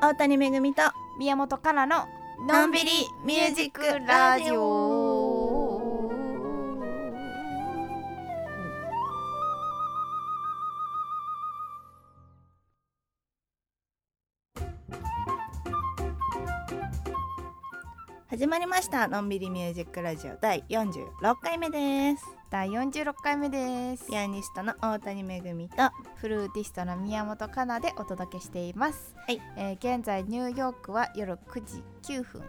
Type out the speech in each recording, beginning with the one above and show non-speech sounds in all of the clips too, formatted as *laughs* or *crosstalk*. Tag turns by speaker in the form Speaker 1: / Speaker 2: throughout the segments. Speaker 1: 大谷めぐみと
Speaker 2: 宮本からの
Speaker 1: のんびりミュージックラジオ始まりましたのんびりミュージックラジオ第46回目です
Speaker 2: 第46回目です
Speaker 1: ピアニストの大谷めぐみとは
Speaker 2: フルーティストの宮本かなでお届けしています、
Speaker 1: い
Speaker 2: えー現在ニューヨークは夜9時9分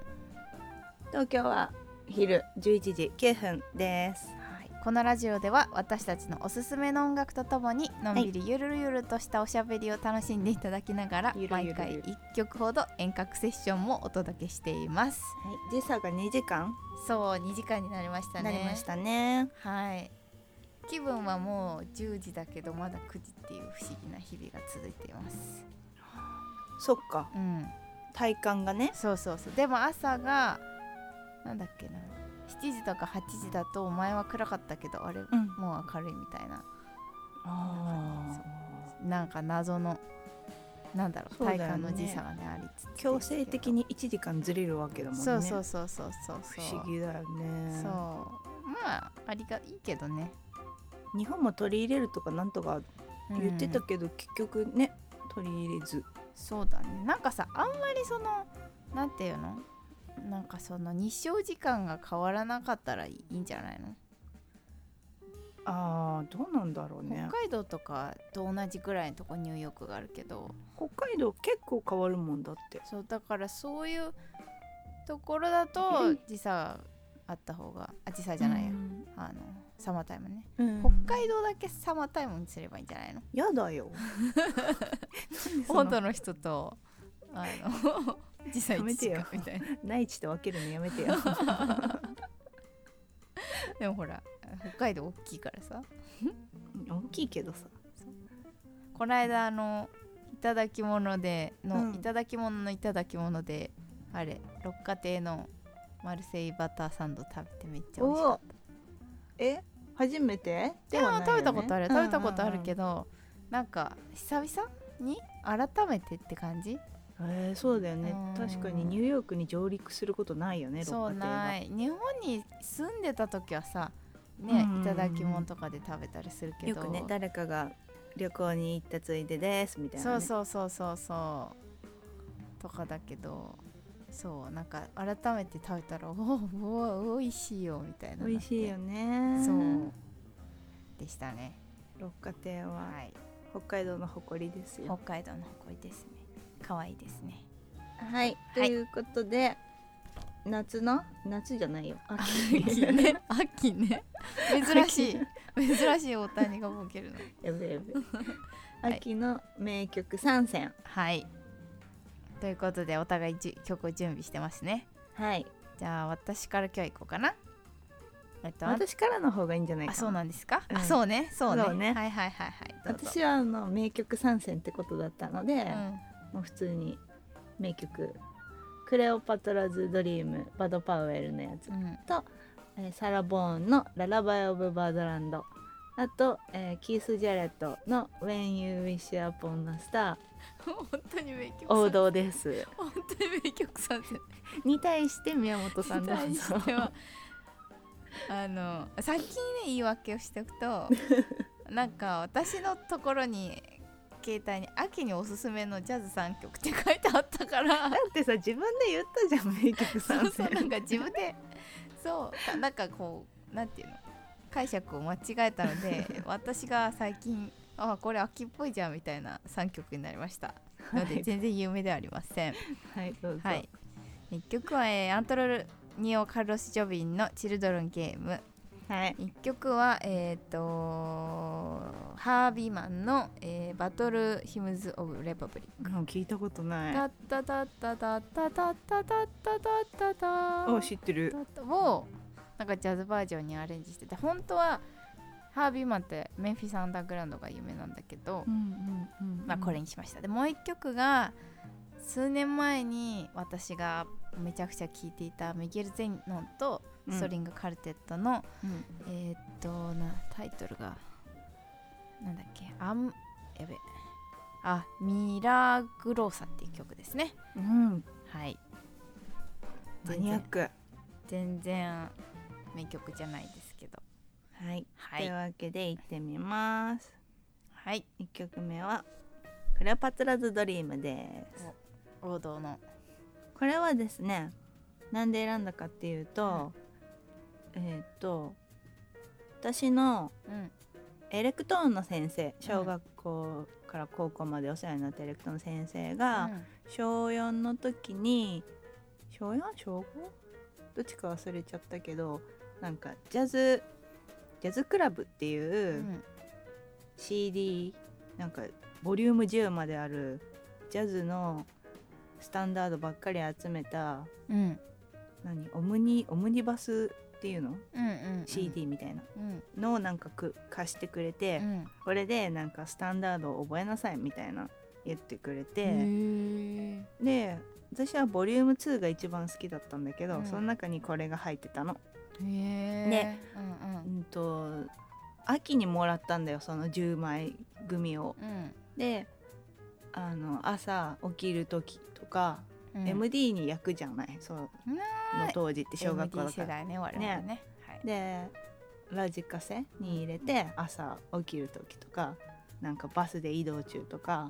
Speaker 1: 東京は昼11時9分です
Speaker 2: はいこのラジオでは私たちのおすすめの音楽とともにのんびりゆるゆるとしたおしゃべりを楽しんでいただきながら
Speaker 1: ゆるゆ
Speaker 2: 毎
Speaker 1: るゆ
Speaker 2: 回
Speaker 1: る
Speaker 2: 1曲ほど遠隔セッションもお届けしています
Speaker 1: はい、時差が2時間
Speaker 2: そう2時間になりました
Speaker 1: な
Speaker 2: ね
Speaker 1: りましたね
Speaker 2: はい気分はもう10時だけどまだ9時っていう不思議な日々が続いています
Speaker 1: そっか
Speaker 2: うん
Speaker 1: 体感がね
Speaker 2: そうそうそうでも朝がなんだっけな7時とか8時だとお前は暗かったけどあれ
Speaker 1: うん
Speaker 2: もう明るいみたいな
Speaker 1: あ
Speaker 2: なんか謎のなんだろう
Speaker 1: そうだよ
Speaker 2: 体
Speaker 1: ね
Speaker 2: 感の時差がねありつつ
Speaker 1: 強制的に1時間ずれるわけだもんね
Speaker 2: そうそうそうそうそう
Speaker 1: 不
Speaker 2: そう
Speaker 1: 思議だよね
Speaker 2: そうまあありがいいけどね
Speaker 1: 日本も取り入れるとかなんとか言ってた
Speaker 2: うん
Speaker 1: けど、結局ね取り入れず
Speaker 2: そうだねなんかさあんまりそのなんていうのなんかその日照時間が変わらなかったらいいんじゃないの
Speaker 1: あーどうなんだろうね
Speaker 2: 北海道とかと同じぐらいのとこニューヨークがあるけど
Speaker 1: 北海道結構変わるもんだって
Speaker 2: そうだからそういうところだと
Speaker 1: うん
Speaker 2: 時差あった方があ時差じゃないや、
Speaker 1: うん
Speaker 2: あのサマータイムね、
Speaker 1: うん
Speaker 2: 北海道だけサマータイムにすればいいんじゃないの
Speaker 1: やだ
Speaker 2: *laughs*
Speaker 1: よ
Speaker 2: 本土
Speaker 1: の
Speaker 2: の人とあ
Speaker 1: *laughs*
Speaker 2: の時差
Speaker 1: やめ
Speaker 2: 1
Speaker 1: て
Speaker 2: 時
Speaker 1: よ
Speaker 2: 間みたいな
Speaker 1: 内地と分けるのやめ
Speaker 2: *laughs*
Speaker 1: てよ
Speaker 2: でもほら北海道大きいからさ
Speaker 1: 大きいけどさ
Speaker 2: この間あのいただき物での、
Speaker 1: うん
Speaker 2: いただき物のいただき物であれ六花亭のマルセイバターサンド食べてめっちゃ美味しかった
Speaker 1: おえ初めて
Speaker 2: でも食べたことある食べたことある
Speaker 1: ど、
Speaker 2: けど、なんか久々に改めてって感じ
Speaker 1: えーそうだよね
Speaker 2: うん
Speaker 1: 確かにニューヨークに上陸することないよね
Speaker 2: そうないい日本に住んでた時はさね、
Speaker 1: うん
Speaker 2: いただき物とかで食べたりするけ
Speaker 1: よ
Speaker 2: ど
Speaker 1: くね誰かが旅行に行ったついでですみたいな、
Speaker 2: そ
Speaker 1: ね、
Speaker 2: うそうそうそうそうとかだけどそうなんか改めて食べたらおおおいしいよみたいな
Speaker 1: 美味しいよ
Speaker 2: ね
Speaker 1: ね
Speaker 2: そうでしたね
Speaker 1: 六花亭は
Speaker 2: はい
Speaker 1: 北海道の誇りです
Speaker 2: 北
Speaker 1: よ
Speaker 2: 海道の誇りですね可愛いですね
Speaker 1: はいということで、夏の夏じゃ
Speaker 2: *laughs*
Speaker 1: ないよ秋
Speaker 2: 秋ね *laughs* 秋ね珍しい珍しい大谷がボケるの
Speaker 1: *laughs* やべやべ
Speaker 2: はい
Speaker 1: 秋の名曲三選
Speaker 2: はいということでお互いじゅ曲を準備してますね
Speaker 1: はい
Speaker 2: じゃあ私から今日行こうかなえっとあ
Speaker 1: 私からの方がいいんじゃないか
Speaker 2: あ
Speaker 1: な
Speaker 2: そうなんですか、
Speaker 1: うん
Speaker 2: あそうねそうね
Speaker 1: そうね
Speaker 2: はいはいはいはいどうぞ
Speaker 1: 私はあの名曲参戦ってことだったので、
Speaker 2: うん
Speaker 1: もう普通に名曲「クレオパトラズ・ドリーム」バド・パウエルのやつ、
Speaker 2: うん
Speaker 1: えーサラ・ボーンの「ララバイ・オブ・バードランド」あと、えーキース・ジャレットの「When You Wish Upon a Star
Speaker 2: 本当に名」曲
Speaker 1: *laughs* 王道です
Speaker 2: 本当に名曲さんで
Speaker 1: *laughs* に対して宮本さん
Speaker 2: に
Speaker 1: が
Speaker 2: 対してはあの先にね言い訳をしておくと
Speaker 1: *laughs*
Speaker 2: なんか私のところに携帯に秋におすすめのジャズ3曲って書いてあったか
Speaker 1: だ
Speaker 2: ら
Speaker 1: ってさ自分で言ったじゃん名曲
Speaker 2: そ
Speaker 1: 参
Speaker 2: うそうなん
Speaker 1: 戦
Speaker 2: か自分でそうなんかこうなんていうの解釈を間違えたの
Speaker 1: *laughs*
Speaker 2: で私が最近あこれ秋っぽいじゃんみたいな3曲になりましたの
Speaker 1: は
Speaker 2: で
Speaker 1: い
Speaker 2: 全然有名ではありません
Speaker 1: はいどうぞ、
Speaker 2: はい、1曲は、えーアントロニオ・カルロス・ジョビンの「チルドルン・ゲーム
Speaker 1: はい」
Speaker 2: 1曲は、えー、とハービーマンの、えーバトル・ヒムズ・オブ・レパブリック」
Speaker 1: もう聞いたことない
Speaker 2: タッタタッタタッタタッタタッタタッタタ
Speaker 1: あ知ってる
Speaker 2: をなんかジャズバージョンにアレンジしてて本当はハービーマンってメンフィス・アンダーグラウンドが有名なんだけど、
Speaker 1: うんうんうん
Speaker 2: まあ、これにしましたでもう一曲が数年前に私がめちゃくちゃ聴いていたミゲル・ゼノンとストリング・カルテットの、
Speaker 1: うん
Speaker 2: えーっとなタイトルがなんだっけアンやべあミラグローサっていう曲ですね
Speaker 1: うん
Speaker 2: はい
Speaker 1: マニアック
Speaker 2: 全然名曲じゃないですけど
Speaker 1: はい、
Speaker 2: は
Speaker 1: とい
Speaker 2: いう
Speaker 1: わけで行ってみます
Speaker 2: はい
Speaker 1: 1曲目は「クレオパトラズ・ドリーム」です
Speaker 2: 王道の
Speaker 1: これはですねなんで選んだかっていうと、えーっと私の
Speaker 2: うん
Speaker 1: エレクトーンの先生小学校から高校までお世話になったエレクトーンの先生が、小4の時に小 4? 小 5? どっちか忘れちゃったけどなんかジャズジャズクラブって
Speaker 2: う
Speaker 1: いうん CD なんかボリューム10まであるジャズのスタンダードばっかり集めた
Speaker 2: うん
Speaker 1: 何オムニオムニバスっていうの
Speaker 2: うんうん
Speaker 1: CD みたいな
Speaker 2: うん
Speaker 1: のをなんかく貸してくれて、
Speaker 2: うん
Speaker 1: これでなんかスタンダードを覚えなさいみたいな言ってくれ
Speaker 2: へ
Speaker 1: て、
Speaker 2: ー
Speaker 1: で私はボリューム2が一番好きだったんだけど、
Speaker 2: うん
Speaker 1: その中にこれが入ってたの。
Speaker 2: へ
Speaker 1: ね
Speaker 2: ねうん
Speaker 1: うんと秋にもらったんだよその10枚組を。
Speaker 2: うん
Speaker 1: であの朝起きる時とか、
Speaker 2: うん
Speaker 1: MD に焼くじゃないそうの
Speaker 2: な
Speaker 1: 当時って小学校
Speaker 2: MD
Speaker 1: だから。
Speaker 2: 世代ね我々ねはい
Speaker 1: でラジカセに入れて朝起きる時とかなんかバスで移動中とか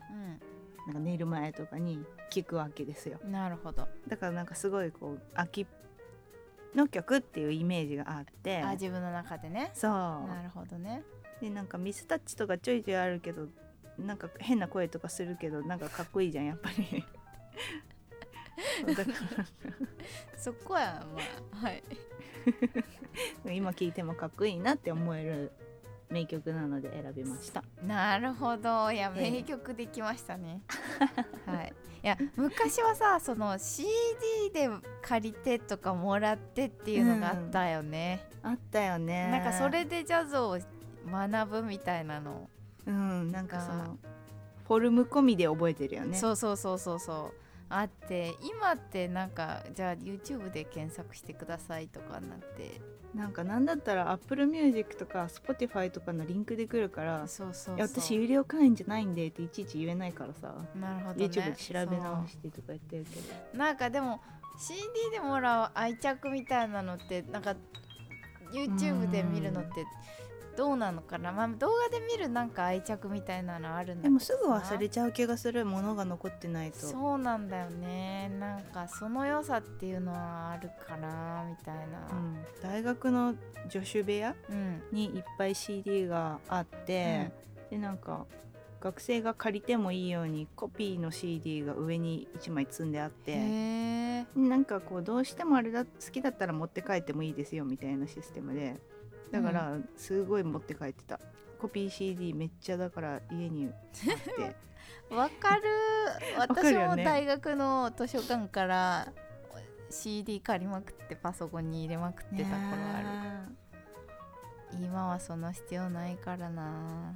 Speaker 1: なんか寝る前とかに聞くわけですよ。
Speaker 2: うんなるほど
Speaker 1: だからなんかすごいこう秋の曲っていうイメージがあって
Speaker 2: あ自分の中でね
Speaker 1: そう
Speaker 2: なるほどね
Speaker 1: でなんかミスタッチとかちょいちょいあるけどなんか変な声とかするけどなんかかっこいいじゃんやっぱり
Speaker 2: *laughs*
Speaker 1: そうだか
Speaker 2: そこはまあはい
Speaker 1: ら今聴いてもかっこいいなって思える名曲なので選びました
Speaker 2: なるほどいや
Speaker 1: ええ
Speaker 2: 名曲できましたね、はいいや昔はさその CD で借りてとかもらってっていうのがあったよね、
Speaker 1: あったよね
Speaker 2: なんかそれでジャズを学ぶみたいなの、
Speaker 1: うんなんかそ
Speaker 2: が
Speaker 1: のフォルム込みで覚えてるよね
Speaker 2: そうそうそうそうそうあって今ってなんかじゃあ YouTube で検索してくださいとかになって
Speaker 1: なんかなんだったら Apple Music とか Spotify とかのリンクで来るから
Speaker 2: そうそうそう
Speaker 1: いや私有料会員じゃないんでっていちいち言えないからさ、
Speaker 2: なるほど、ね、
Speaker 1: YouTube で調べ直
Speaker 2: そ
Speaker 1: してとか言ってるけど
Speaker 2: うなんかでも CD でもらう愛着みたいなのってなんか YouTube で見るのってどうなのかな、まあ、動画で見るなんか愛着みたいなのあるん
Speaker 1: で
Speaker 2: だけど
Speaker 1: もすぐ
Speaker 2: さ
Speaker 1: 忘れちゃう気がするものが残ってないと
Speaker 2: そうなんだよねなんかその良さっていうのはあるかなみたいな
Speaker 1: うん大学の助手部屋
Speaker 2: うん、
Speaker 1: にいっぱい CD があって、でなんか学生が借りてもいいようにコピーの CD が上に1枚積んであって
Speaker 2: へえ
Speaker 1: なんかこうどうしてもあれだ好きだったら持って帰ってもいいですよみたいなシステムでだからすごい持って帰ってた、コピー CD めっちゃだから家に
Speaker 2: *laughs*
Speaker 1: あって。*laughs*
Speaker 2: わかる
Speaker 1: わかる
Speaker 2: 私
Speaker 1: よ
Speaker 2: も
Speaker 1: ね
Speaker 2: 大学の図書館から CD 借りまくってパソコンに入れまくってた頃ある、今はその必要ないからな、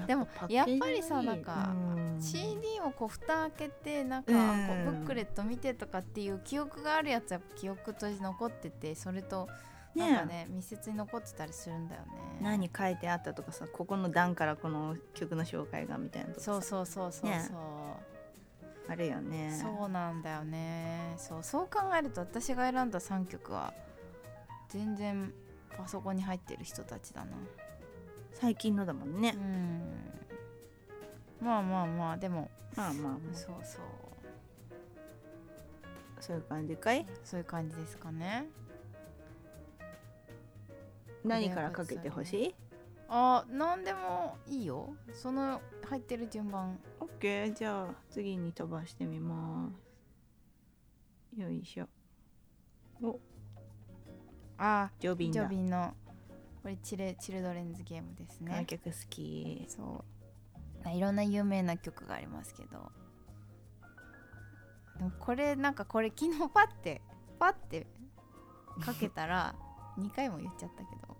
Speaker 1: る
Speaker 2: でもやっぱりさなんか
Speaker 1: CD
Speaker 2: CD をこう蓋開けてなんか
Speaker 1: うん
Speaker 2: こうブックレット見てとかっていう記憶があるやつは記憶として残っててそれとなんかね密接に残ってたりするんだよね
Speaker 1: 何書いてあったとかさここの段からこの曲の紹介がみたいなとかさ
Speaker 2: そうそうそうそうそう、
Speaker 1: ねあるよね
Speaker 2: そうなんだよねそうそう考えると私が選んだ3曲は全然パソコンに入ってる人たちだな
Speaker 1: 最近のだもんね
Speaker 2: う、んまあまあまあでも
Speaker 1: まあまあまあ
Speaker 2: そうそう
Speaker 1: そういう感じかい
Speaker 2: そういう感じですかね
Speaker 1: 何からかけてほしい
Speaker 2: あなんでもいいよその入ってる順番
Speaker 1: ?OK じゃあ次に飛ばしてみますよいしょ
Speaker 2: あ
Speaker 1: ジョビン
Speaker 2: ジ
Speaker 1: だ
Speaker 2: ョビンのこれチレチルドレンズゲームです
Speaker 1: この
Speaker 2: ね
Speaker 1: 曲好き
Speaker 2: そうあいろんな有名な曲がありますけどでもこれなんかこれ昨日パッてパッてかけ
Speaker 1: *laughs*
Speaker 2: たら2回も言っちゃったけど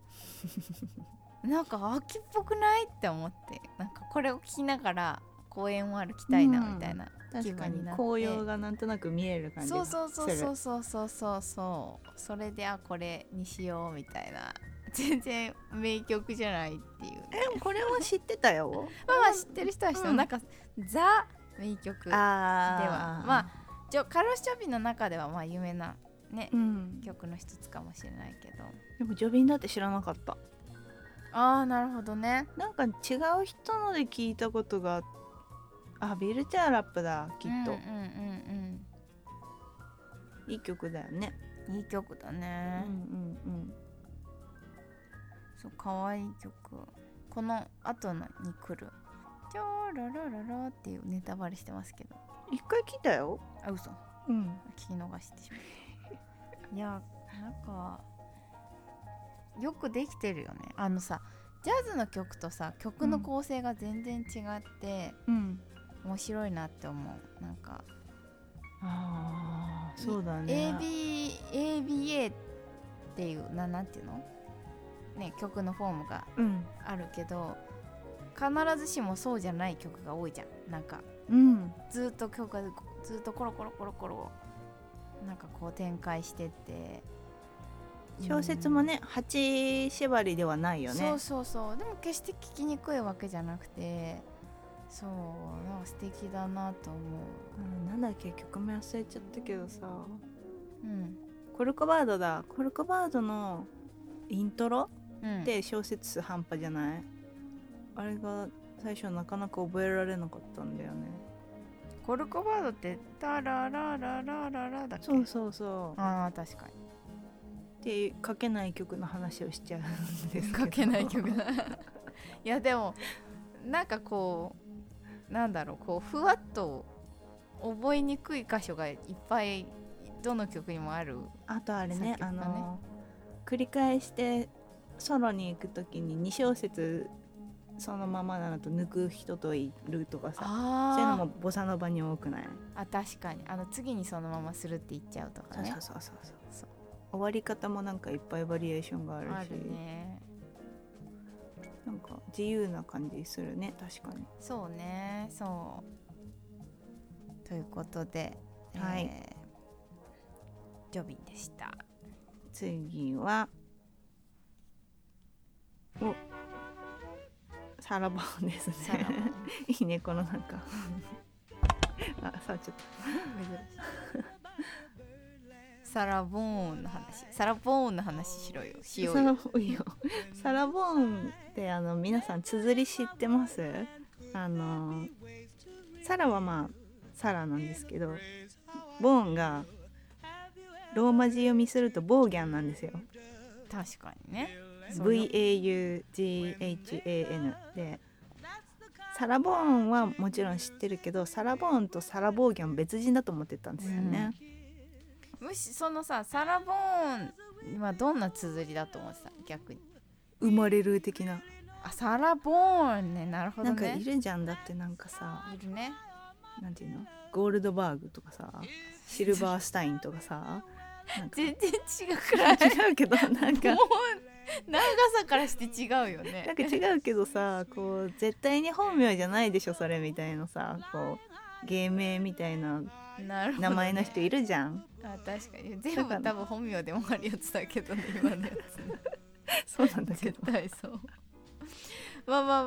Speaker 2: なんか秋っぽくないって思ってなんかこれを聞きながら公園を歩きたいな
Speaker 1: うん
Speaker 2: みたいな、
Speaker 1: 確か
Speaker 2: 気分
Speaker 1: に
Speaker 2: になって
Speaker 1: 紅葉がなんとなく見える感じ
Speaker 2: そう
Speaker 1: が
Speaker 2: そうそうそうそうそうそうそうそれであこれにしようみたいな全然名曲じゃないっていう
Speaker 1: えでもこれは知ってたよ
Speaker 2: まあまあ知ってる人は人、
Speaker 1: うん
Speaker 2: なんかザ名曲では
Speaker 1: あー
Speaker 2: まあちょカルロス・チョビンの中ではまあ有名なね、
Speaker 1: うん
Speaker 2: 曲の一つかもしれないけど
Speaker 1: でもジョビンだって知らなかった
Speaker 2: ああなるほどね
Speaker 1: なんか違う人ので聞いたことがあビル・チャーラップだきっと、
Speaker 2: うんうん
Speaker 1: いい曲だよね、
Speaker 2: うんうんいい曲だ
Speaker 1: うん
Speaker 2: ね、
Speaker 1: うん
Speaker 2: そう可愛い曲この後のに来る「チョロロロロ」っていうネタバレしてますけど
Speaker 1: うん一回聞いたよ
Speaker 2: あ嘘
Speaker 1: うん
Speaker 2: 聞き逃してしま *laughs* ったいやなんかよくできてるよねあのさジャズの曲とさ曲の構成が全然違って、
Speaker 1: うん
Speaker 2: 面白いなって思うなんか、
Speaker 1: あーそうだね
Speaker 2: ABABA っていうななんていうのね曲のフォームが
Speaker 1: うん
Speaker 2: あるけど必ずしもそうじゃない曲が多いじゃんなんか
Speaker 1: うん
Speaker 2: ずっと曲がずっとコロコロコロコロなんかこう展開してって
Speaker 1: 小説もね八縛りではない
Speaker 2: うん
Speaker 1: よ
Speaker 2: そ
Speaker 1: ね
Speaker 2: うそうそうでも決して聞きにくいわけじゃなくてそうなんか素敵だなと思
Speaker 1: うんなんだっけ曲名忘れちゃったけどさ
Speaker 2: ううん
Speaker 1: コルコバードだコルコバードのイントロ
Speaker 2: うん
Speaker 1: って小説数半端じゃないあれが最初なかなか覚えられなかったんだよね
Speaker 2: コルコバードって「タララララララ」だっけ
Speaker 1: そうそうそう
Speaker 2: あー確かに
Speaker 1: で書けない曲の話をしちゃうんですけど
Speaker 2: かけ *laughs* ない曲だいやでもなんかこうなんだろうこうふわっと覚えにくい箇所がいっぱいどの曲にもある
Speaker 1: あとあれね
Speaker 2: 作曲
Speaker 1: あ
Speaker 2: 家ね
Speaker 1: の繰り返してソロに行く時に2小節そのままなのと抜く人といるとかさそういうのも
Speaker 2: あ
Speaker 1: ボサノバに多くない
Speaker 2: あ確かにあの次にそのままするって言っちゃうとか
Speaker 1: そう
Speaker 2: ね
Speaker 1: そうそうそう
Speaker 2: そう
Speaker 1: 終わり方もなんかいっぱいバリエーションがある
Speaker 2: あ
Speaker 1: し
Speaker 2: るね
Speaker 1: なんか自由な感じするね確かに
Speaker 2: そうねそうということで、
Speaker 1: はい
Speaker 2: えージョビン
Speaker 1: *laughs*
Speaker 2: でした
Speaker 1: 次はおサラバンですね
Speaker 2: さらば
Speaker 1: *laughs* いいねこのなんかあさあちょっと
Speaker 2: *laughs* サラボーンの話サラボーンの話しろよしよう
Speaker 1: サラ
Speaker 2: よ
Speaker 1: ボンよサラボンってあの皆さん綴り知ってますあのサラはまあサラなんですけどボーンがローマ字読みするとボーギャンなんですよ
Speaker 2: 確かにねその
Speaker 1: VAUGHAN でサラボーンはもちろん知ってるけどサラボーンとサラボーギャン別人だと思ってたんですよね、
Speaker 2: むしそのさサラボーンはどんな綴りだと思ってた逆に
Speaker 1: 生まれる的な
Speaker 2: あサラボーンねなるほ
Speaker 1: な
Speaker 2: ど
Speaker 1: んか
Speaker 2: ね
Speaker 1: いるじゃんだってなんかさ
Speaker 2: いるね
Speaker 1: なんていうのゴールドバーグとかさシルバースタインとかさなんか違
Speaker 2: 全然違くない
Speaker 1: うけ *laughs* どなんか
Speaker 2: もう長さからして違うよ
Speaker 1: なん
Speaker 2: ね
Speaker 1: か違うけどさこう絶対に本名じゃないでしょそれみたいなさこう芸名みたいな
Speaker 2: なるほ
Speaker 1: 名
Speaker 2: どね
Speaker 1: 前の人いるじゃ *laughs* ん
Speaker 2: あ確かに全
Speaker 1: だ
Speaker 2: 部
Speaker 1: から
Speaker 2: 多分本名でもあるやつだけどね今のやつね
Speaker 1: そうなんだけど
Speaker 2: 絶対そうまあまあまあまあ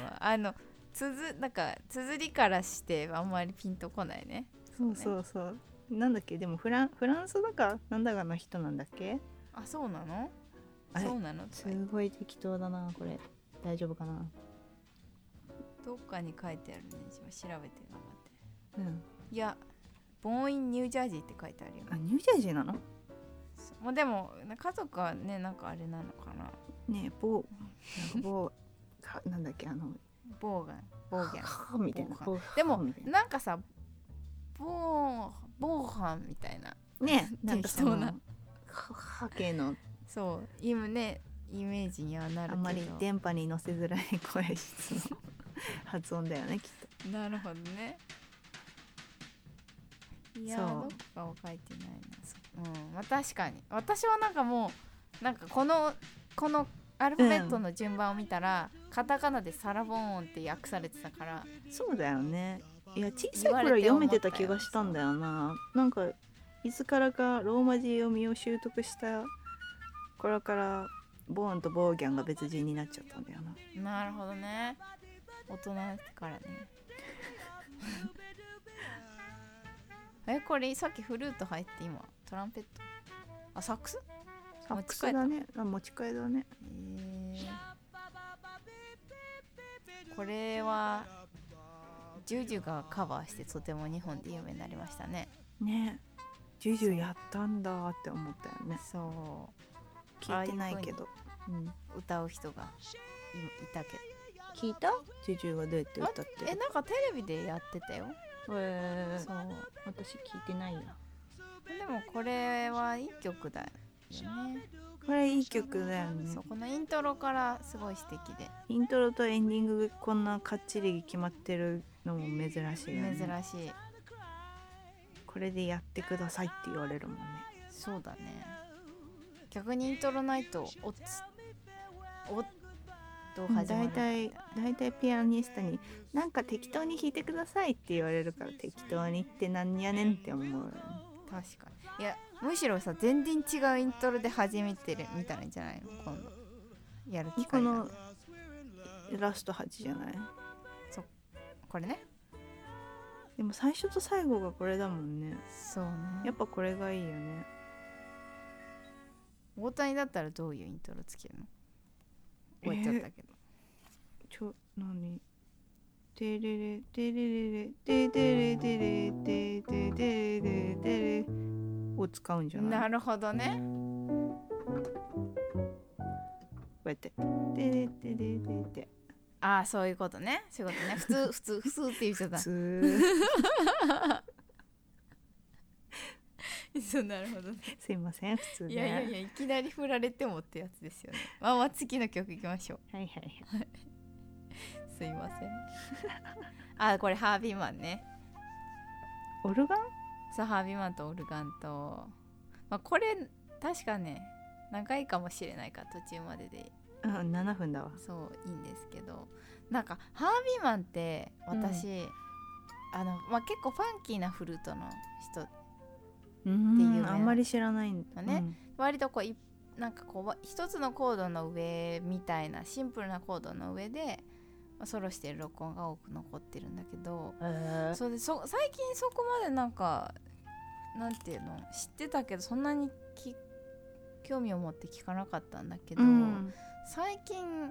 Speaker 2: まああのつづなんか綴りからしてあんまりピンとこないね
Speaker 1: そうそうそうなんだっけでもフランフランスだかなんだかの人なんだっけ
Speaker 2: あそうなの
Speaker 1: あれ
Speaker 2: そうなのと
Speaker 1: す
Speaker 2: か
Speaker 1: ごい適当だなこれ大丈夫かな
Speaker 2: どっかに書いてあるね今調べて頑張って
Speaker 1: うん
Speaker 2: いやボーインニュージャージーって書いてあるよ
Speaker 1: あニュージャージーなの
Speaker 2: そうまあでもな家族はねなんかあれなのかな
Speaker 1: ねえ某なんか某かなんだっけあの
Speaker 2: ボーガンボーギャン
Speaker 1: ハみたいな
Speaker 2: ボ
Speaker 1: こう
Speaker 2: でも
Speaker 1: み
Speaker 2: *laughs*
Speaker 1: たいな
Speaker 2: なんかさボーボーハンみたいな
Speaker 1: ねえなんかその
Speaker 2: 適当な
Speaker 1: ハ系の
Speaker 2: そう今ねイメージにはなるけ
Speaker 1: あ
Speaker 2: ど
Speaker 1: んまり電波に乗せづらい声質 *laughs* の発音だよねきっと
Speaker 2: なるほどねいや
Speaker 1: そう
Speaker 2: ーどこかを書いてないなそう、うんまあ、確かに私はなんかもうなんかこのこのアルファベットの順番を見たら、カタカナでサラボーンって訳されてたから
Speaker 1: そうだよねいや小さい
Speaker 2: 言われ
Speaker 1: 頃
Speaker 2: て
Speaker 1: 読
Speaker 2: 思
Speaker 1: め
Speaker 2: ったよ
Speaker 1: てた気がしたんだよななんかいつからかローマ字読みを習得した頃からボーンとボーギャンが別人になっちゃったんだよな
Speaker 2: なるほどね大人だからね *laughs* えこれさっきフルート入って今トランペットあサックス
Speaker 1: サックスだねあ持ち替えだね
Speaker 2: えーこれはジュジュがカバーしてとても日本で有名になりましたね
Speaker 1: ねジュジュやったんだって思ったよね
Speaker 2: そ
Speaker 1: 聞いてないけど、うん、
Speaker 2: う歌う人がいいたけど
Speaker 1: 聞いたジュジュがどうやって歌って
Speaker 2: えなんかテレビでやってたよ
Speaker 1: え
Speaker 2: そう
Speaker 1: 私聞いてないや
Speaker 2: でもこれはいい曲だよね
Speaker 1: これいい曲だよね
Speaker 2: そうこのイントロからすごい素敵で
Speaker 1: イントロとエンディングがこんなかっちり決まってるのも珍しいよ
Speaker 2: 珍
Speaker 1: ね
Speaker 2: しい
Speaker 1: これでやってくださいって言われるもんね
Speaker 2: そうだね逆にイントロないとおっつおっと始まる
Speaker 1: 大体大体ピアニストに「なんか適当に弾いてください」って言われるから適当にってなんやねんって思うよね
Speaker 2: 確かにいやむしろさ全然違うイントロで始めてるみたいなんじゃないの今度やる機
Speaker 1: こ
Speaker 2: 会が
Speaker 1: のラスト8じゃない
Speaker 2: これね
Speaker 1: でも最初と最後がこれだもんね
Speaker 2: そうね
Speaker 1: やっぱこれがいいよね
Speaker 2: 大谷だったらどういうイントロつけるの終わっちゃったけど、
Speaker 1: ちょ何テレレテレレレテテレテレテテレレテレを使うんじゃない
Speaker 2: なるほどね
Speaker 1: こうやってテレテレテテ
Speaker 2: ああそういうことねそういうことね普 *laughs* 通普通普通って言っちゃった
Speaker 1: つー
Speaker 2: そうなるほどね
Speaker 1: *laughs* すいません普通
Speaker 2: い
Speaker 1: ね
Speaker 2: やいやいやいきなり振られてもってやつですよねまあまあ次の曲いきましょう
Speaker 1: はいはいはい
Speaker 2: すいません *laughs* あこれハービーマンね
Speaker 1: オルガン
Speaker 2: そうハービーマンとオルガンと、まあ、これ確かね長いかもしれないから途中までで
Speaker 1: うん7分だわ
Speaker 2: そういいんですけどなんかハービーマンって私、あのまあ、結構ファンキーなフルートの人
Speaker 1: う
Speaker 2: っていうね
Speaker 1: んあんまり知らないんだ
Speaker 2: ね割とこういなんかこうわ一つのコードの上みたいなシンプルなコードの上で、まあ、ソロしてる録音が多く残ってるんだけど
Speaker 1: うん
Speaker 2: そうでそ最近そこまでなんかなんていうの知ってたけどそんなにき興味を持って聞かなかったんだけど、
Speaker 1: うん
Speaker 2: 最近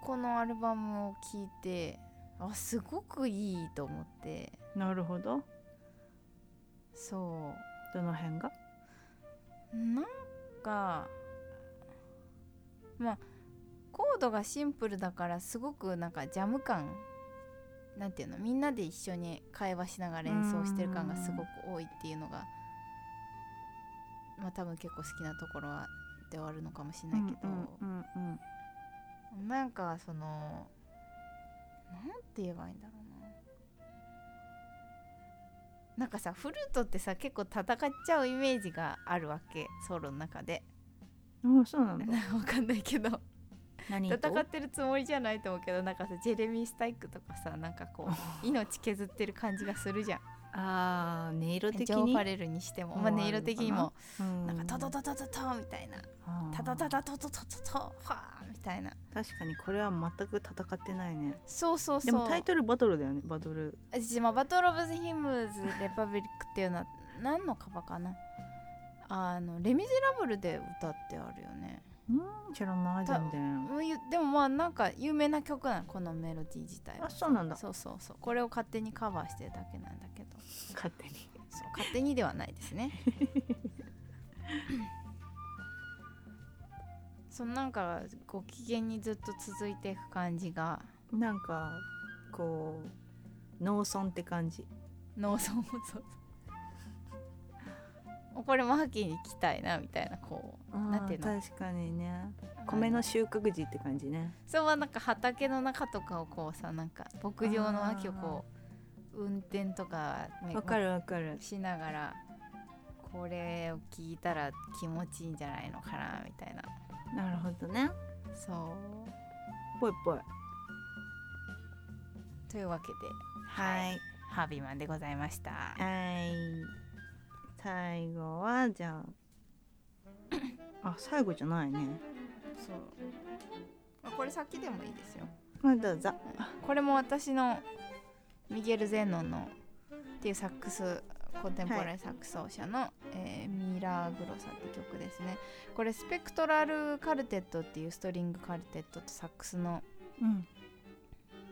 Speaker 2: このアルバムを聴いてあすごくいいと思って
Speaker 1: なるほど
Speaker 2: そ
Speaker 1: どの辺が
Speaker 2: うなんかまあコードがシンプルだからすごくなんかジャム感なんていうのみんなで一緒に会話しながら演奏してる感がすごく多いっていうのがまあ多分結構好きなところはではあるのかもしれないけど。
Speaker 1: うんうん
Speaker 2: なんかそのなんて言えばいいんだろうななんかさフルートってさ結構戦っちゃうイメージがあるわけソロの中で
Speaker 1: うんあそうなんだ
Speaker 2: なんかわかんないけど
Speaker 1: 何と
Speaker 2: 戦ってるつもりじゃないと思うけどなんかさジェレミー・スタイクとかさなんかこう命削ってる感じがするじゃん
Speaker 1: あー音色的
Speaker 2: ジョー・
Speaker 1: に
Speaker 2: ファレルにしても、まあ、
Speaker 1: うん
Speaker 2: 音色的にも
Speaker 1: うん
Speaker 2: なんかトトトトトトみたいな
Speaker 1: あー
Speaker 2: タタタタトトトトトはーみたいな
Speaker 1: 確かにこれは全く戦ってないね
Speaker 2: そうそうそう
Speaker 1: でもタイトルバトルだよねバトル
Speaker 2: 私、まあ、バトル・オブ・ザ・ヒムズ・レパブリックっていうのは何のカバかなあの「レ・ミゼラブル」で歌ってあるよね
Speaker 1: 知らない全然
Speaker 2: もうゆでもまあなんか有名な曲なのこのメロディー自体は
Speaker 1: あそうなんだ
Speaker 2: そうそうそうこれを勝手にカバーしてるだけなんだけど
Speaker 1: 勝手に
Speaker 2: そう勝手にではないですね *laughs* そのなんかご機嫌にずっと続いていく感じが
Speaker 1: なんかこう農村って感じ
Speaker 2: 農村もそうそうこれも秋に行きたいなみたいなこうなんていうの
Speaker 1: あー確かにね米の収穫時って感じね
Speaker 2: そうはなんか畑の中とかをこうさなんか牧場の秋をこう運転とかめ
Speaker 1: わかるわかる
Speaker 2: しながらこれを聞いたら気持ちいいんじゃないのかなみたいな
Speaker 1: なるほどね
Speaker 2: そう
Speaker 1: ぽいぽい
Speaker 2: というわけで
Speaker 1: はい
Speaker 2: ハービーマンでございました
Speaker 1: はい最後はじゃああ最後じゃないね
Speaker 2: そうまあこれ先でもいいですよ
Speaker 1: まあどうぞ
Speaker 2: これも私のミゲル・ゼノンのっていうサックスコンテンポラリーサックス奏者の、えーミラーグロサって曲ですねこれスペクトラル・カルテットっていうストリングカルテットとサックスの
Speaker 1: うん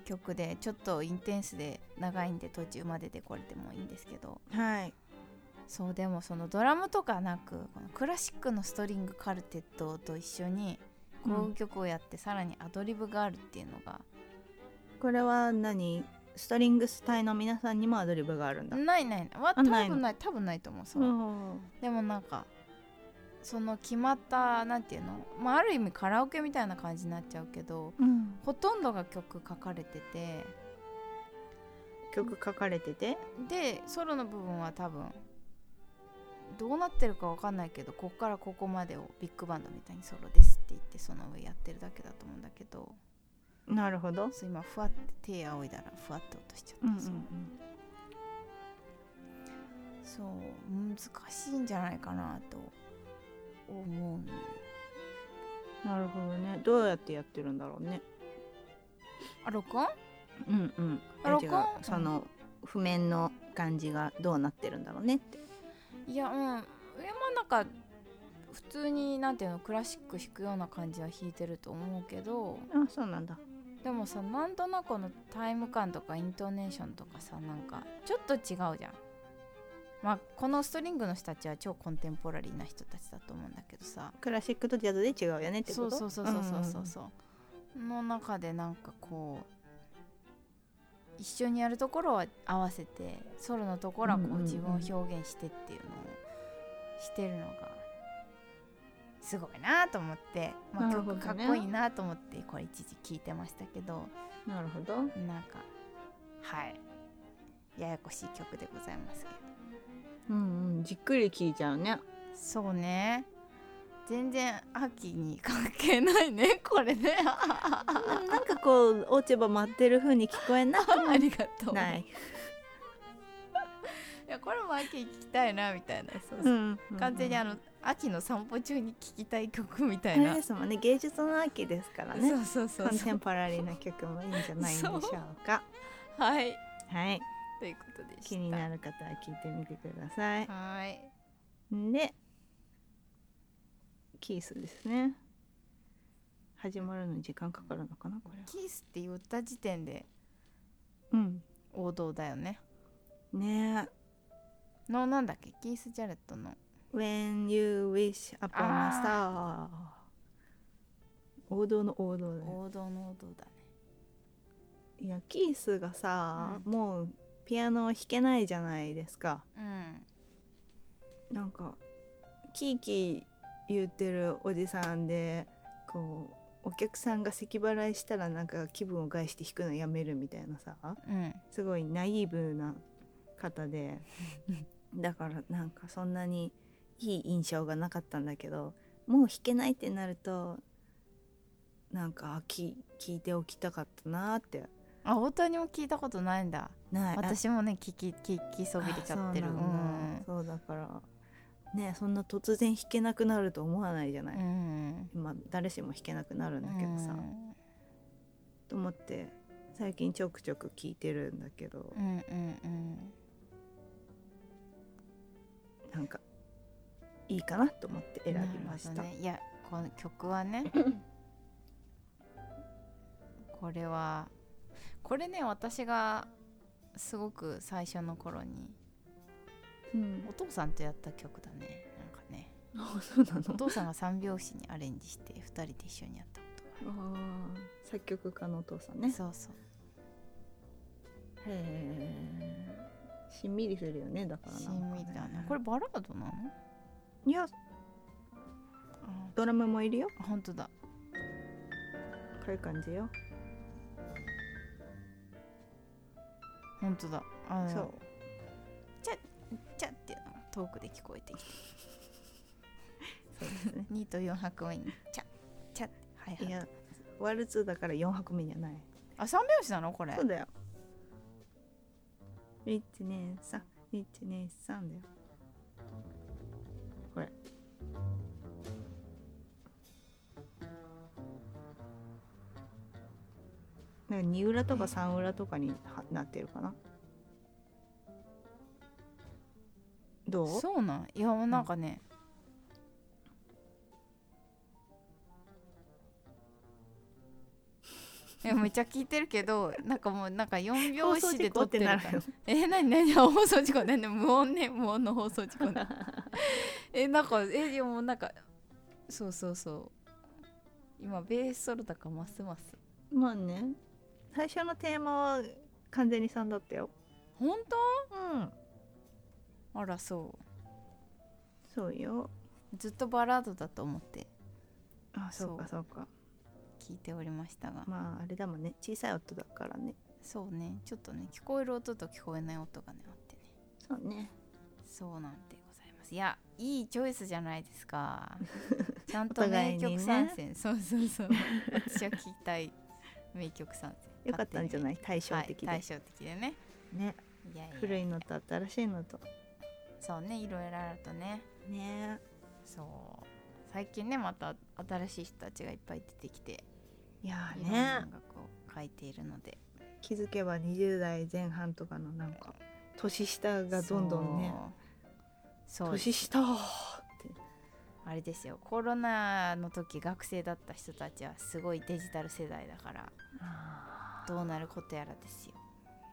Speaker 2: 曲でちょっとインテンスで長いんで途中まででこれでもいいんですけど
Speaker 1: はい
Speaker 2: そうでもそのドラムとかなくこのクラシックのストリングカルテットと一緒にこういう曲をやって、さらにアドリブがあるっていうのが
Speaker 1: これは何ストリングス隊の皆さんにもアドリブがあるんだ
Speaker 2: ないないないわ
Speaker 1: あ
Speaker 2: 多
Speaker 1: ないの
Speaker 2: 分ない多分ないと思うそう、
Speaker 1: うん
Speaker 2: でもなんかその決まったなんていうの、まあ、ある意味カラオケみたいな感じになっちゃうけど
Speaker 1: うん
Speaker 2: ほとんどが曲書かれてて
Speaker 1: 曲書かれてて
Speaker 2: でソロの部分は多分どうなってるかわかんないけどこっからここまでをビッグバンドみたいにソロですって言ってその上やってるだけだと思うんだけど
Speaker 1: なるほど
Speaker 2: そう今ふわって手仰いだらふわって落としちゃ
Speaker 1: う
Speaker 2: っ
Speaker 1: んうん
Speaker 2: た、
Speaker 1: う
Speaker 2: そうんそう難しいんじゃないかなと思う
Speaker 1: なるほどねどうやってやってるんだろうね
Speaker 2: あ録音
Speaker 1: うんうん
Speaker 2: あ録音
Speaker 1: 違うその譜面の感じがどうなってるんだろうねって
Speaker 2: いやうん上もなんか普通になんていうのクラシック弾くような感じは弾いてると思うけど
Speaker 1: あそうなんだ
Speaker 2: でもさなんとなくこのタイム感とかイントネーションとかさなんかちょっと違うじゃん。まあこのストリングの人たちは超コンテンポラリーな人たちだと思うんだけどさ
Speaker 1: クラシックとジャズで違うよねって
Speaker 2: そ
Speaker 1: こ
Speaker 2: う
Speaker 1: と
Speaker 2: そうそうそうそうそうそうの中でなんかこう一緒にやるところは合わせてソロのところは
Speaker 1: うん
Speaker 2: こ
Speaker 1: うんう
Speaker 2: う
Speaker 1: ん
Speaker 2: 自分を表現してっていうのをしてるのがすごいなと思って、まあ、
Speaker 1: なるほど
Speaker 2: 曲
Speaker 1: ね
Speaker 2: かっこいいなと思ってこれ一時聴いてましたけど
Speaker 1: うんうんなるほど
Speaker 2: なんかはいややこしい曲でございますけど
Speaker 1: うんうんじっくり聴いちゃうね
Speaker 2: そうね全然秋に関係ないね *laughs* これね。
Speaker 1: なんかこう落ち葉舞ってる風に聞こえな *laughs* くも
Speaker 2: ありがとう。
Speaker 1: ない。
Speaker 2: いやこれも秋聞きたいなみたいな。そうそう
Speaker 1: うん
Speaker 2: 完全にあの秋の散歩中に聴きたい曲みたい
Speaker 1: あ
Speaker 2: な。
Speaker 1: れですもんね芸術の秋ですからね
Speaker 2: そうそうそ
Speaker 1: コ
Speaker 2: う
Speaker 1: ン
Speaker 2: そ
Speaker 1: テ
Speaker 2: う。
Speaker 1: ンポラリーな曲もいいんじゃないんでしょうか
Speaker 2: はい。
Speaker 1: はい
Speaker 2: ということでした。
Speaker 1: 気になる方は聞いてみてください
Speaker 2: はい。
Speaker 1: でキースですね始まるのに時間かかるのかなこれは
Speaker 2: キースって言った時点で
Speaker 1: うん
Speaker 2: 王道だよね。
Speaker 1: ねえ
Speaker 2: のなんだっけキース・ジャレットの。
Speaker 1: When you wish upon a star 王道の王道だよ
Speaker 2: 王道の王道だね。
Speaker 1: いやキースがさ、もうピアノを弾けないじゃないですか
Speaker 2: うん。
Speaker 1: なんかキーキー言ってるおじさんでこうお客さんが咳払いしたらなんか気分を害して弾くのやめるみたいなさ
Speaker 2: うん。
Speaker 1: すごいナイーブな方
Speaker 2: *laughs*
Speaker 1: でだからなんかそんなにいい印象がなかったんだけどもう弾けないってなるとなんかあき聞いておきたかったなーって
Speaker 2: あ王道にも聞いたことないんだ。
Speaker 1: ない
Speaker 2: 私もね聞き聞きそびれちゃってる。
Speaker 1: あ
Speaker 2: う
Speaker 1: そ
Speaker 2: ん
Speaker 1: うなんだそうだからねそんな突然弾けなくなると思わないじゃな
Speaker 2: う
Speaker 1: い、
Speaker 2: ん。
Speaker 1: まあ誰しも弾けなくなるんだけどさ、
Speaker 2: うん
Speaker 1: と思って最近ちょくちょく聴いてるんだけど
Speaker 2: うんうんうん。
Speaker 1: なんかいいかなと思って選びまし
Speaker 2: なるほど
Speaker 1: た、
Speaker 2: ね、いやこの曲
Speaker 1: *laughs*
Speaker 2: はねこれはこれね私がすごく最初の頃に
Speaker 1: うん
Speaker 2: お父さんとやった曲だねなんか
Speaker 1: *laughs*
Speaker 2: ね
Speaker 1: あそうな
Speaker 2: お
Speaker 1: の
Speaker 2: 父さんが三拍子にアレンジして2人で一緒にやったこと *laughs* がある
Speaker 1: あー作曲家のお父さんね
Speaker 2: そうそう
Speaker 1: へえしんみりするよねだから
Speaker 2: し
Speaker 1: なんか
Speaker 2: ん
Speaker 1: ね
Speaker 2: みだなこれバラードなの
Speaker 1: いや
Speaker 2: あ
Speaker 1: ドラムもいるよ
Speaker 2: 本当だ
Speaker 1: こういう感じよ
Speaker 2: 本当だあの
Speaker 1: そう
Speaker 2: ちゃっていうのが遠くで聞こえてきて
Speaker 1: そうですね
Speaker 2: 2と4拍目にちゃちゃってはい
Speaker 1: い
Speaker 2: はい
Speaker 1: やワルツだから4拍目じゃない
Speaker 2: あ三拍子なのこれ
Speaker 1: そうだよ。一年三、一年三だよ。これ。なんか2裏とか3裏とかにはなってるかなどう
Speaker 2: そうなんいやなんか *laughs* ね、えめっちゃ聞いてるけどなんかもうなんか4拍子で撮ってるから
Speaker 1: 放送事故って
Speaker 2: *laughs* え何何放送事故何無音ね無音の放送事故 *laughs* ねえなんかえでもなんかそうそうそう今ベースソロだからますます
Speaker 1: まあね最初のテーマは完全に3だったよ
Speaker 2: 本
Speaker 1: うん
Speaker 2: 当あらそう
Speaker 1: そうよ
Speaker 2: ずっとバラードだと思って
Speaker 1: あそうかそうか
Speaker 2: 聞いておりましたが
Speaker 1: まああれだもんね小さい音だからね
Speaker 2: そうねちょっとね聞こえる音と聞こえない音がねあってね
Speaker 1: そうね
Speaker 2: そうなんでございますいやいいチョイスじゃないです
Speaker 1: *laughs*
Speaker 2: かちゃんと
Speaker 1: お互い
Speaker 2: 名
Speaker 1: にね
Speaker 2: 曲参戦、そうそうそう私は聞きたい名曲参戦
Speaker 1: よかったんじゃ
Speaker 2: い
Speaker 1: ない対照的で、
Speaker 2: はい、対照的でね
Speaker 1: ね
Speaker 2: いやいや
Speaker 1: 古いのと新しいのと
Speaker 2: そうねいろいろあるとね
Speaker 1: ね
Speaker 2: そう最近ねまた新しい人たちがいっぱい出てきて
Speaker 1: いや
Speaker 2: い
Speaker 1: ー
Speaker 2: ろんな
Speaker 1: ね
Speaker 2: 音楽を書いているので
Speaker 1: 気づけば20代前半とかのなんか年下がどんどんね
Speaker 2: そうそう
Speaker 1: 年下って
Speaker 2: あれですよコロナの時学生だった人たちはすごいデジタル世代だからどうなることやらですよ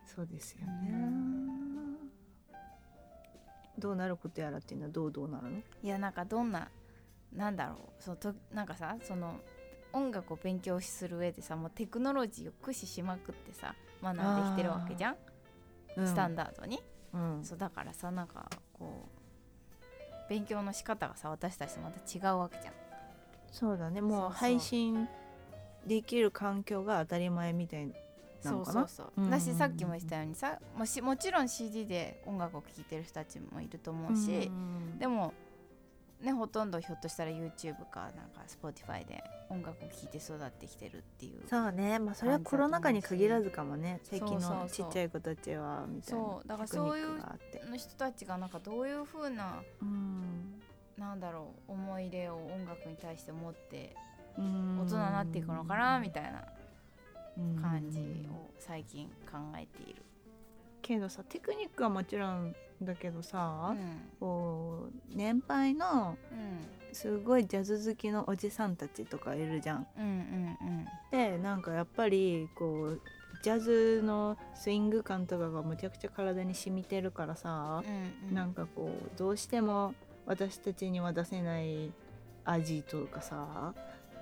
Speaker 1: そうですよね
Speaker 2: うん
Speaker 1: どうなることやらっていうのはどうどうなるの
Speaker 2: いやなんかどんななんだろうそのとなんかさその音楽を勉強する上でさもうテクノロジーを駆使しまくってさ学んできてるわけじゃん、スタンダードに、
Speaker 1: うんうん
Speaker 2: そうだからさなんかこう勉強の仕方がさ私たちとまた違うわけじゃん
Speaker 1: そうだね
Speaker 2: そう
Speaker 1: も
Speaker 2: そう
Speaker 1: う配信できる環境が当たり前みたいなな
Speaker 2: そ
Speaker 1: の
Speaker 2: う
Speaker 1: か
Speaker 2: そう
Speaker 1: な
Speaker 2: そう、
Speaker 1: うんうんうん
Speaker 2: だしさっきも言ったようにさもしもちろん CD で音楽を聴いてる人たちもいると思うし、
Speaker 1: うん
Speaker 2: でもねほとんどひょっとしたら YouTube かなんか Spotify で音楽を聴いて育ってきてるっていう
Speaker 1: そうねまあそれはコロナ禍に限らずかもね最近のちっちゃい子たちはみたい
Speaker 2: そうだ
Speaker 1: な
Speaker 2: から
Speaker 1: テクニ
Speaker 2: そういう
Speaker 1: ックがあって
Speaker 2: の人たちがなんかどういう風な
Speaker 1: うん
Speaker 2: なんだろう思い入れを音楽に対して持って
Speaker 1: うん
Speaker 2: 大人になっていくのかなみたいな
Speaker 1: うん
Speaker 2: 感じを最近考えている。
Speaker 1: けどさテクニックはもちろんだけど
Speaker 2: うん
Speaker 1: さ、こう年配の
Speaker 2: うん
Speaker 1: すごいジャズ好きのおじさんたちとかいるじゃん。
Speaker 2: うんうん
Speaker 1: でなんかやっぱりこうジャズのスイング感とかがむちゃくちゃ体に染みてるからさ
Speaker 2: うんう、んうん
Speaker 1: なんかこうどうしても私たちには出せない味とかさ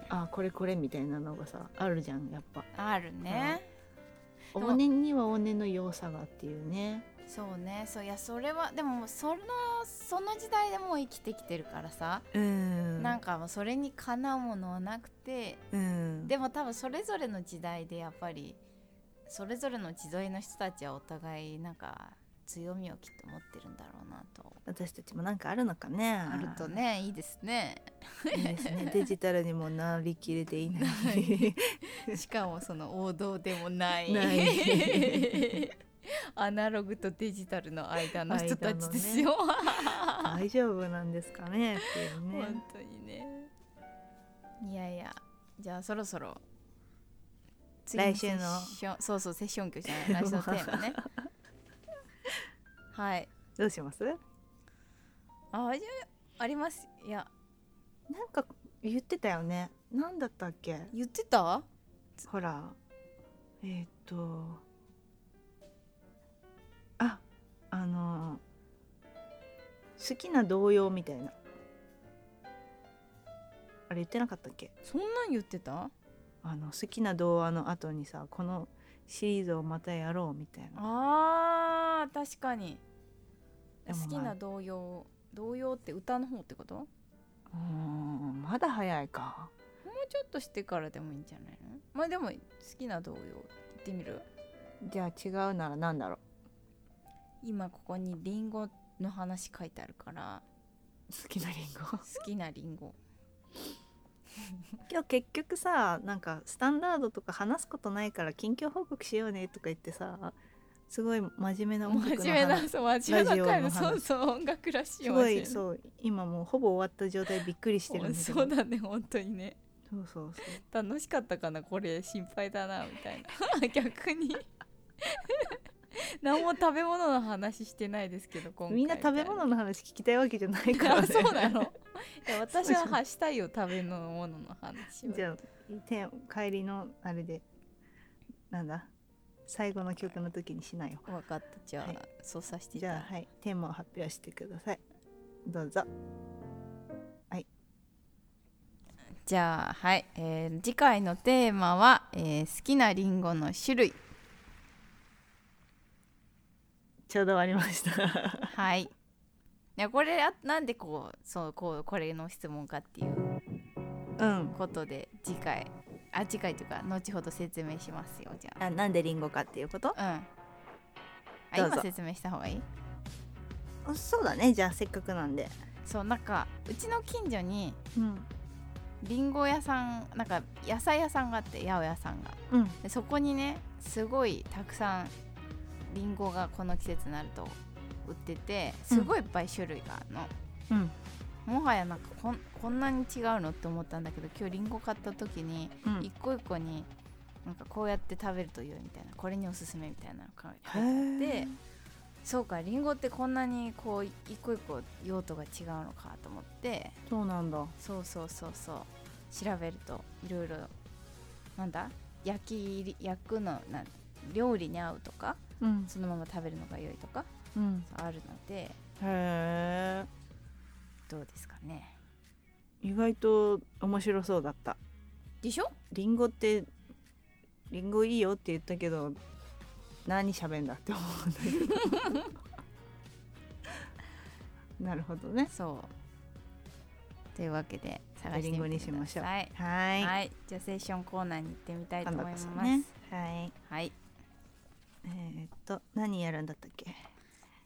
Speaker 1: あこれこれみたいなのがさあるじゃんやっぱ
Speaker 2: あるね。も
Speaker 1: 往年には往年の良さがっていうね
Speaker 2: そうねそういやそれはでもそのその時代でもう生きてきてるからさ、
Speaker 1: うん
Speaker 2: なんかもうそれにかなうものはなくて
Speaker 1: うん
Speaker 2: でも多分それぞれの時代でやっぱりそれぞれの時代の人たちはお互いなんか強みをきっと持ってるんだろうなと
Speaker 1: 私たちもなんかあるのかね
Speaker 2: あるとねいいで
Speaker 1: *laughs*
Speaker 2: すね
Speaker 1: いいです *laughs* ねデジタルにもなりきれていない *laughs*
Speaker 2: しかもその王道でもない
Speaker 1: ない
Speaker 2: *laughs* アナログとデジタルの間の人た
Speaker 1: 間の
Speaker 2: ち
Speaker 1: ね
Speaker 2: ですよ、
Speaker 1: 大丈夫なんですかねっていうね
Speaker 2: 本当にねいやいやじゃあそろそろ
Speaker 1: 来週の
Speaker 2: セッションそうそうセッション曲じゃない来週のテーマ *laughs* ねはい
Speaker 1: どうしますなん
Speaker 2: あじゃあありますいや
Speaker 1: か言ってたよねなんだったっけ
Speaker 2: 言ってた
Speaker 1: ほらえーっとああの好きな童謡みたいなあれ言ってなかったっけ
Speaker 2: そんなん言ってた
Speaker 1: あの好きな童話の後にさこのシリーズをまたやろうみたいな
Speaker 2: あー確かに
Speaker 1: でもまあ
Speaker 2: 好きな童謡童謡って歌の方ってことも
Speaker 1: うーんまだ早いか
Speaker 2: うちょっとしてからでもいいんじゃないのまあでも好きな童謡言ってみる
Speaker 1: じゃあ違う *laughs* ならなんだろ
Speaker 2: 今ここにリンゴの話書いてあるから
Speaker 1: う好きなリンゴ
Speaker 2: 好きなリンゴ
Speaker 1: 今日結局さなんかスタンダードとか話すことないから近況報告しようねとか言ってさすごい真面目な音楽の話
Speaker 2: 真面目なそう真面目な回の
Speaker 1: ラジオの
Speaker 2: そう
Speaker 1: 話
Speaker 2: そう音楽らしい
Speaker 1: すご
Speaker 2: 真面目
Speaker 1: い
Speaker 2: な
Speaker 1: そう今もうほぼ終わった状態びっくりしてるんだけど
Speaker 2: そうだね本当にね
Speaker 1: そうそうそう
Speaker 2: 楽しかったかなこれ心配だなみたい
Speaker 1: *laughs*
Speaker 2: な逆に何も食べ物の話してないですけど今回
Speaker 1: みんな食べ物の話聞きたいわけじゃないから、
Speaker 2: あ
Speaker 1: ね、
Speaker 2: そうなのいや私ははしたいよ食べ物の話を
Speaker 1: じゃあて帰りのあれでなんだ最後の曲の時にしないよ
Speaker 2: 分かったじゃあ、
Speaker 1: はい
Speaker 2: そうさせてい
Speaker 1: じ
Speaker 2: ただ
Speaker 1: ゃあはいテーマを発表してくださいどうぞ
Speaker 2: じゃあはい、えー次回のテーマは、えー好きなリンゴの種類
Speaker 1: ちょうど終わりました *laughs*
Speaker 2: はいいやこれあなんでこうそうこうこれの質問かっていう
Speaker 1: うん
Speaker 2: ことで次回あ次回というか後ほど説明しますよじゃ
Speaker 1: あなんでリンゴかっていうこと
Speaker 2: あうんあ
Speaker 1: どうぞ
Speaker 2: 今説明した方がいい
Speaker 1: あそうだねじゃあせっかくなんで
Speaker 2: そうなんかうちの近所に
Speaker 1: うん
Speaker 2: りんご屋さんなんか野菜屋さんがあって八百屋さんが
Speaker 1: うん
Speaker 2: でそこにねすごいたくさんりんごがこの季節になると売っててすごいいっぱい種類があるの、
Speaker 1: うん
Speaker 2: もはやなんかこんこんなに違うのって思ったんだけど今日りんご買った時に
Speaker 1: うん
Speaker 2: 一個一個になんかこうやって食べると良いみたいなこれにおすすめみたいなのが書いてあって
Speaker 1: へ
Speaker 2: そうかりんごってこんなにこう一個一個用途が違うのかと思って
Speaker 1: そうなんだ
Speaker 2: そうそうそうそう調べるといろいろなんだ焼き入り焼くのなん料理に合うとか
Speaker 1: うん
Speaker 2: そのまま食べるのが良いとか
Speaker 1: うん
Speaker 2: あるので
Speaker 1: へえ
Speaker 2: どうですかね
Speaker 1: 意外と面白そうだった
Speaker 2: でしょ
Speaker 1: リンゴってリンゴいいよって言ったけど何喋んだって思うんだけど *laughs* なるほどね
Speaker 2: そうというわけで探して
Speaker 1: リンゴ
Speaker 2: み
Speaker 1: に
Speaker 2: て
Speaker 1: し
Speaker 2: くだ
Speaker 1: ましょう
Speaker 2: さい
Speaker 1: はい
Speaker 2: はい、じゃあセッションコーナーに行ってみたいと
Speaker 1: 頑
Speaker 2: 思
Speaker 1: 張っ
Speaker 2: いま
Speaker 1: て
Speaker 2: す、
Speaker 1: そうねはい
Speaker 2: はい
Speaker 1: えーっと何やるんだったっけ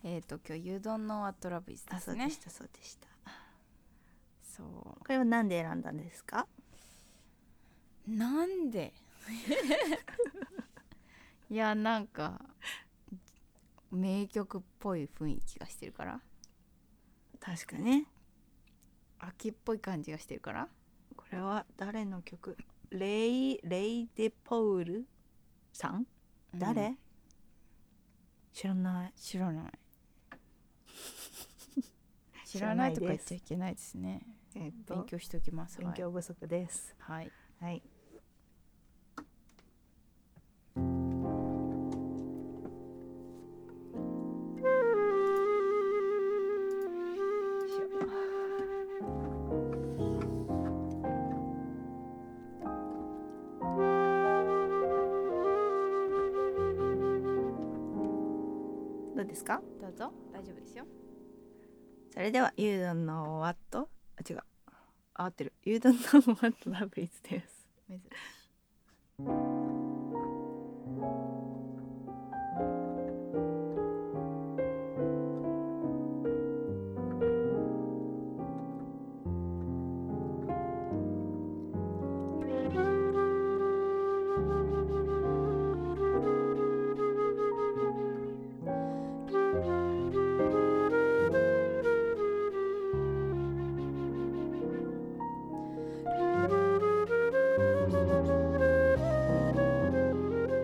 Speaker 2: えっ、と今日「You don't know what love is」で
Speaker 1: あそ
Speaker 2: す
Speaker 1: うで
Speaker 2: ね
Speaker 1: したそうでした
Speaker 2: そう
Speaker 1: これは何で選んだんですか
Speaker 2: なんで *laughs* いやなんか名曲っぽい雰囲気がしてるから
Speaker 1: 確かね
Speaker 2: 秋っぽい感じがしてるから
Speaker 1: これは誰の曲レイ・レイ・デ・ポールさん誰、
Speaker 2: うん
Speaker 1: 知らない
Speaker 2: 知ら *laughs* ない知
Speaker 1: 知
Speaker 2: ら
Speaker 1: ら
Speaker 2: な
Speaker 1: ないい
Speaker 2: と
Speaker 1: です
Speaker 2: か言っちゃいけないですね
Speaker 1: えーっと
Speaker 2: 勉強しておきます
Speaker 1: 勉強不足です
Speaker 2: はい、
Speaker 1: は
Speaker 2: はい
Speaker 1: いどうですか
Speaker 2: どうぞ大丈夫ですよ
Speaker 1: それでは「You don't know what」あ違う合ってる「You don't know what love is」です
Speaker 2: 珍しい
Speaker 1: 「You don't know what love is」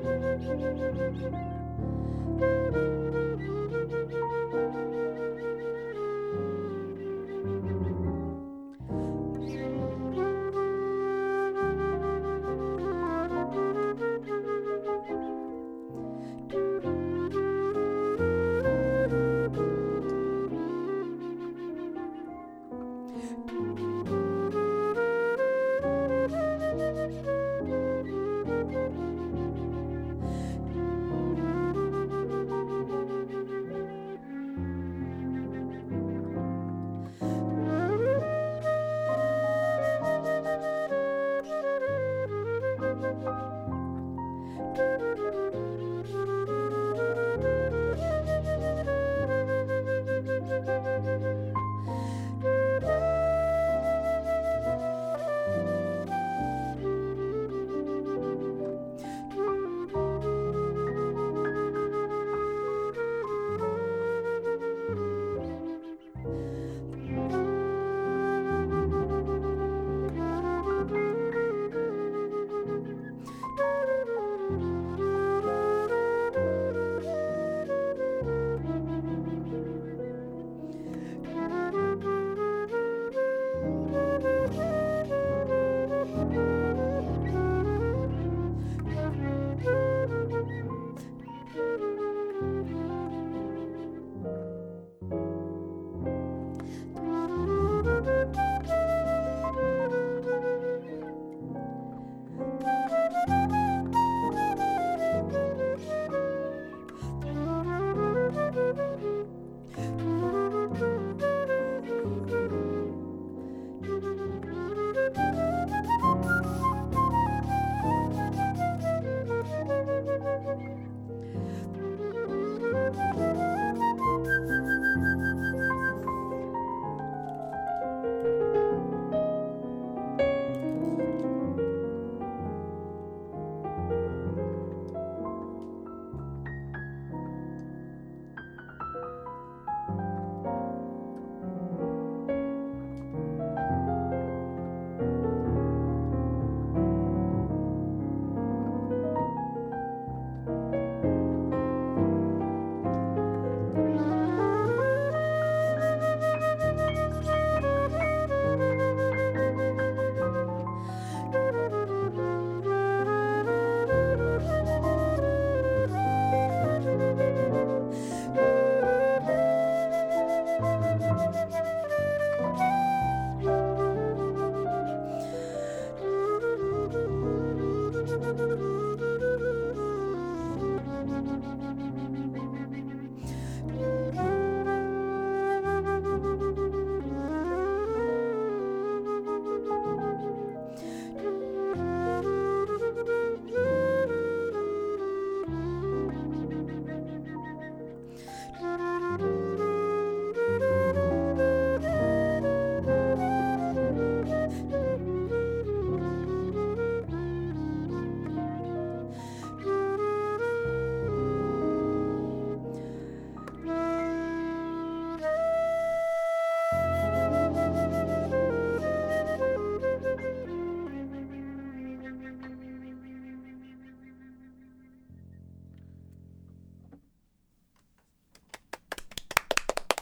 Speaker 2: *laughs*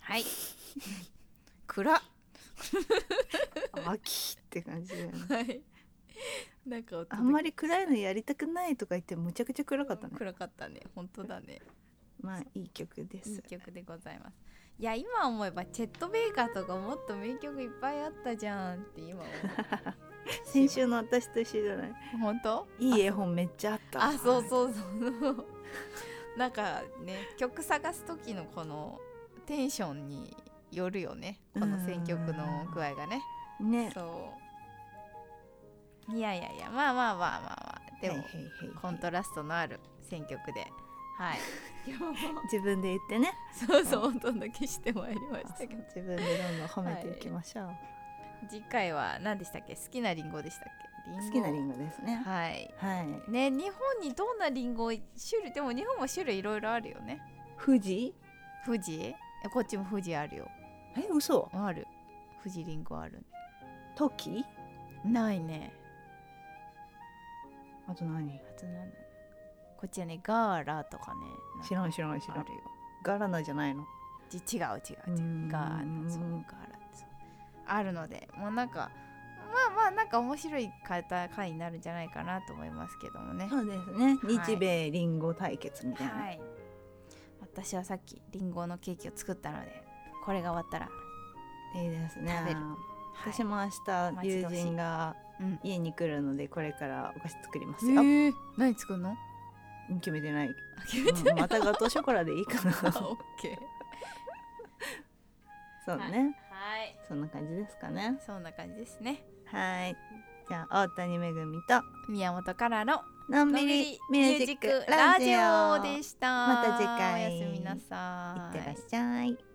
Speaker 2: はい暗っ
Speaker 1: 秋って感じだよね
Speaker 2: はいなんか
Speaker 1: あんまり暗いのやりたくないとか言ってむちゃくちゃ暗かったね
Speaker 2: 暗かったね本当だね
Speaker 1: まあいい曲です
Speaker 2: いい曲でございますいや今思えばチェット・ベイカーとかもっと名曲いっぱいあったじゃんって今思う
Speaker 1: *laughs* 先週の私と一緒じゃない
Speaker 2: 本当
Speaker 1: いい絵本めっちゃあった
Speaker 2: あそうそうそうなんかね曲探す時のこのテンションによるよねこの選曲の具合がね
Speaker 1: ね
Speaker 2: そういやいやいやまあまあまあまあまあでも、
Speaker 1: はいはいはいはい
Speaker 2: コントラストのある選曲で
Speaker 1: *laughs*
Speaker 2: はい
Speaker 1: 自分で言ってね
Speaker 2: そうそう音だけしてまいりまし
Speaker 1: あ
Speaker 2: た
Speaker 1: そ
Speaker 2: け
Speaker 1: う
Speaker 2: ど
Speaker 1: 自分でどんどん褒めていきましょう、
Speaker 2: 次回は何でしたっけ好きなリンゴでしたっけリンゴ
Speaker 1: 好きなリンゴですね
Speaker 2: はい
Speaker 1: はい、
Speaker 2: ね日本にどんなリンゴ種類でも日本も種類いろいろあるよね
Speaker 1: 富士
Speaker 2: 富士えこっちも富士あるよ
Speaker 1: え嘘
Speaker 2: ある富士リンゴある
Speaker 1: トキ
Speaker 2: ないね
Speaker 1: あと何
Speaker 2: あとなんだこっちはねガーラとかねなん
Speaker 1: 知
Speaker 2: から
Speaker 1: ん知らん知ら
Speaker 2: あ
Speaker 1: ん
Speaker 2: るよ
Speaker 1: ガラナじゃないの
Speaker 2: じ違う違う違う
Speaker 1: うん
Speaker 2: ガーラそうガーラそうあるのでもうなんかまあまあなんか面白い方回になるんじゃないかなと思いますけどもね
Speaker 1: そうですね
Speaker 2: はい
Speaker 1: 日米リンゴ対決みたいな、
Speaker 2: はい私はさっきリンゴのケーキを作ったのでこれが終わったら、
Speaker 1: いいですね
Speaker 2: 食べるはい
Speaker 1: 私も明
Speaker 2: 待
Speaker 1: 日
Speaker 2: ち
Speaker 1: 友
Speaker 2: 遠しい
Speaker 1: 人が
Speaker 2: うん
Speaker 1: 家に来るのでこれからお菓子作りますよ、
Speaker 2: えー、何作るの
Speaker 1: 決めて
Speaker 2: *laughs*
Speaker 1: ない、
Speaker 2: あ
Speaker 1: *laughs*
Speaker 2: 決めてない
Speaker 1: うんまたガトーショコラでいいか
Speaker 2: *laughs*
Speaker 1: な
Speaker 2: あ
Speaker 1: そ
Speaker 2: オッケー
Speaker 1: うね、
Speaker 2: はい
Speaker 1: そんな感じですかね
Speaker 2: そんな感じですね
Speaker 1: はいじゃあ大谷めぐみと
Speaker 2: 宮本からの
Speaker 1: のん
Speaker 2: の
Speaker 1: び
Speaker 2: んび
Speaker 1: り
Speaker 2: り
Speaker 1: ミュージックラジオ
Speaker 2: でした
Speaker 1: また次回
Speaker 2: おやすみなさ
Speaker 1: い
Speaker 2: い
Speaker 1: ってらっしゃい